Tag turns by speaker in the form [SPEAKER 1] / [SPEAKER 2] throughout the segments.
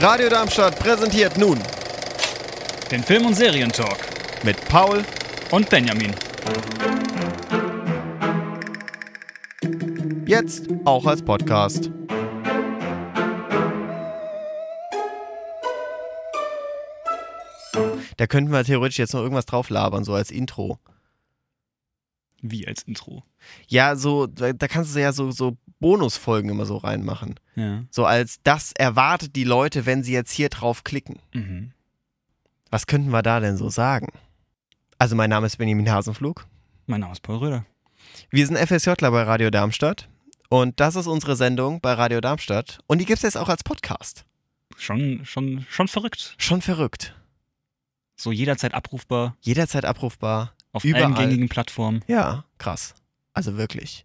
[SPEAKER 1] Radio Darmstadt präsentiert nun
[SPEAKER 2] Den Film- und Serientalk
[SPEAKER 1] mit Paul.
[SPEAKER 2] und Benjamin.
[SPEAKER 1] Jetzt auch als Podcast. Da könnten wir theoretisch jetzt noch irgendwas drauf labern, so als Intro.
[SPEAKER 2] Wie als Intro.
[SPEAKER 1] Ja, so, da, da kannst du ja so, so Bonusfolgen immer so reinmachen.
[SPEAKER 2] Ja.
[SPEAKER 1] So als das erwartet die Leute, wenn sie jetzt hier drauf klicken.
[SPEAKER 2] Mhm.
[SPEAKER 1] Was könnten wir da denn so sagen? Also, mein Name ist Benjamin Hasenflug.
[SPEAKER 2] Mein Name ist Paul Röder.
[SPEAKER 1] Wir sind FSJler bei Radio Darmstadt und das ist unsere Sendung bei Radio Darmstadt und die gibt es jetzt auch als Podcast.
[SPEAKER 2] Schon, schon, schon verrückt.
[SPEAKER 1] Schon verrückt.
[SPEAKER 2] So jederzeit abrufbar
[SPEAKER 1] Jederzeit abrufbar.
[SPEAKER 2] auf allen
[SPEAKER 1] Überall.
[SPEAKER 2] gängigen Plattformen.
[SPEAKER 1] Ja, krass. Also wirklich.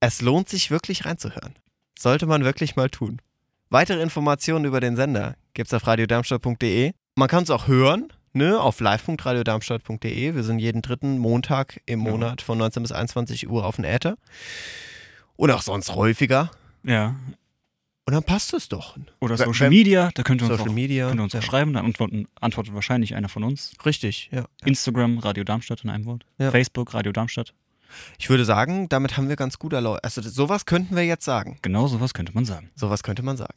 [SPEAKER 1] Es lohnt sich wirklich reinzuhören. Sollte man wirklich mal tun. Weitere Informationen über den Sender gibt's auf radiodarmstadt.de. E. Man kann es auch hören, ne, auf live.radiodarmstadt.de. E. Wir sind jeden dritten Montag im
[SPEAKER 2] Ja.
[SPEAKER 1] Monat von 19 bis 21 Uhr auf dem Äther. Und auch sonst häufiger.
[SPEAKER 2] Ja.
[SPEAKER 1] Und dann passt es doch.
[SPEAKER 2] Oder
[SPEAKER 1] Wenn-
[SPEAKER 2] Social
[SPEAKER 1] wenn-
[SPEAKER 2] Media, da könnt ihr uns,
[SPEAKER 1] Social
[SPEAKER 2] auch,
[SPEAKER 1] Media.
[SPEAKER 2] könnt ihr uns
[SPEAKER 1] ja.
[SPEAKER 2] auch schreiben, da antworten, antwortet wahrscheinlich einer von uns.
[SPEAKER 1] Richtig, ja.
[SPEAKER 2] Instagram, Radio Darmstadt in einem Wort.
[SPEAKER 1] Ja.
[SPEAKER 2] Facebook, Radio Darmstadt.
[SPEAKER 1] Ich würde sagen, damit haben wir ganz gut erläutert. Also sowas könnten wir jetzt sagen.
[SPEAKER 2] Genau sowas könnte man sagen.
[SPEAKER 1] Sowas könnte man sagen.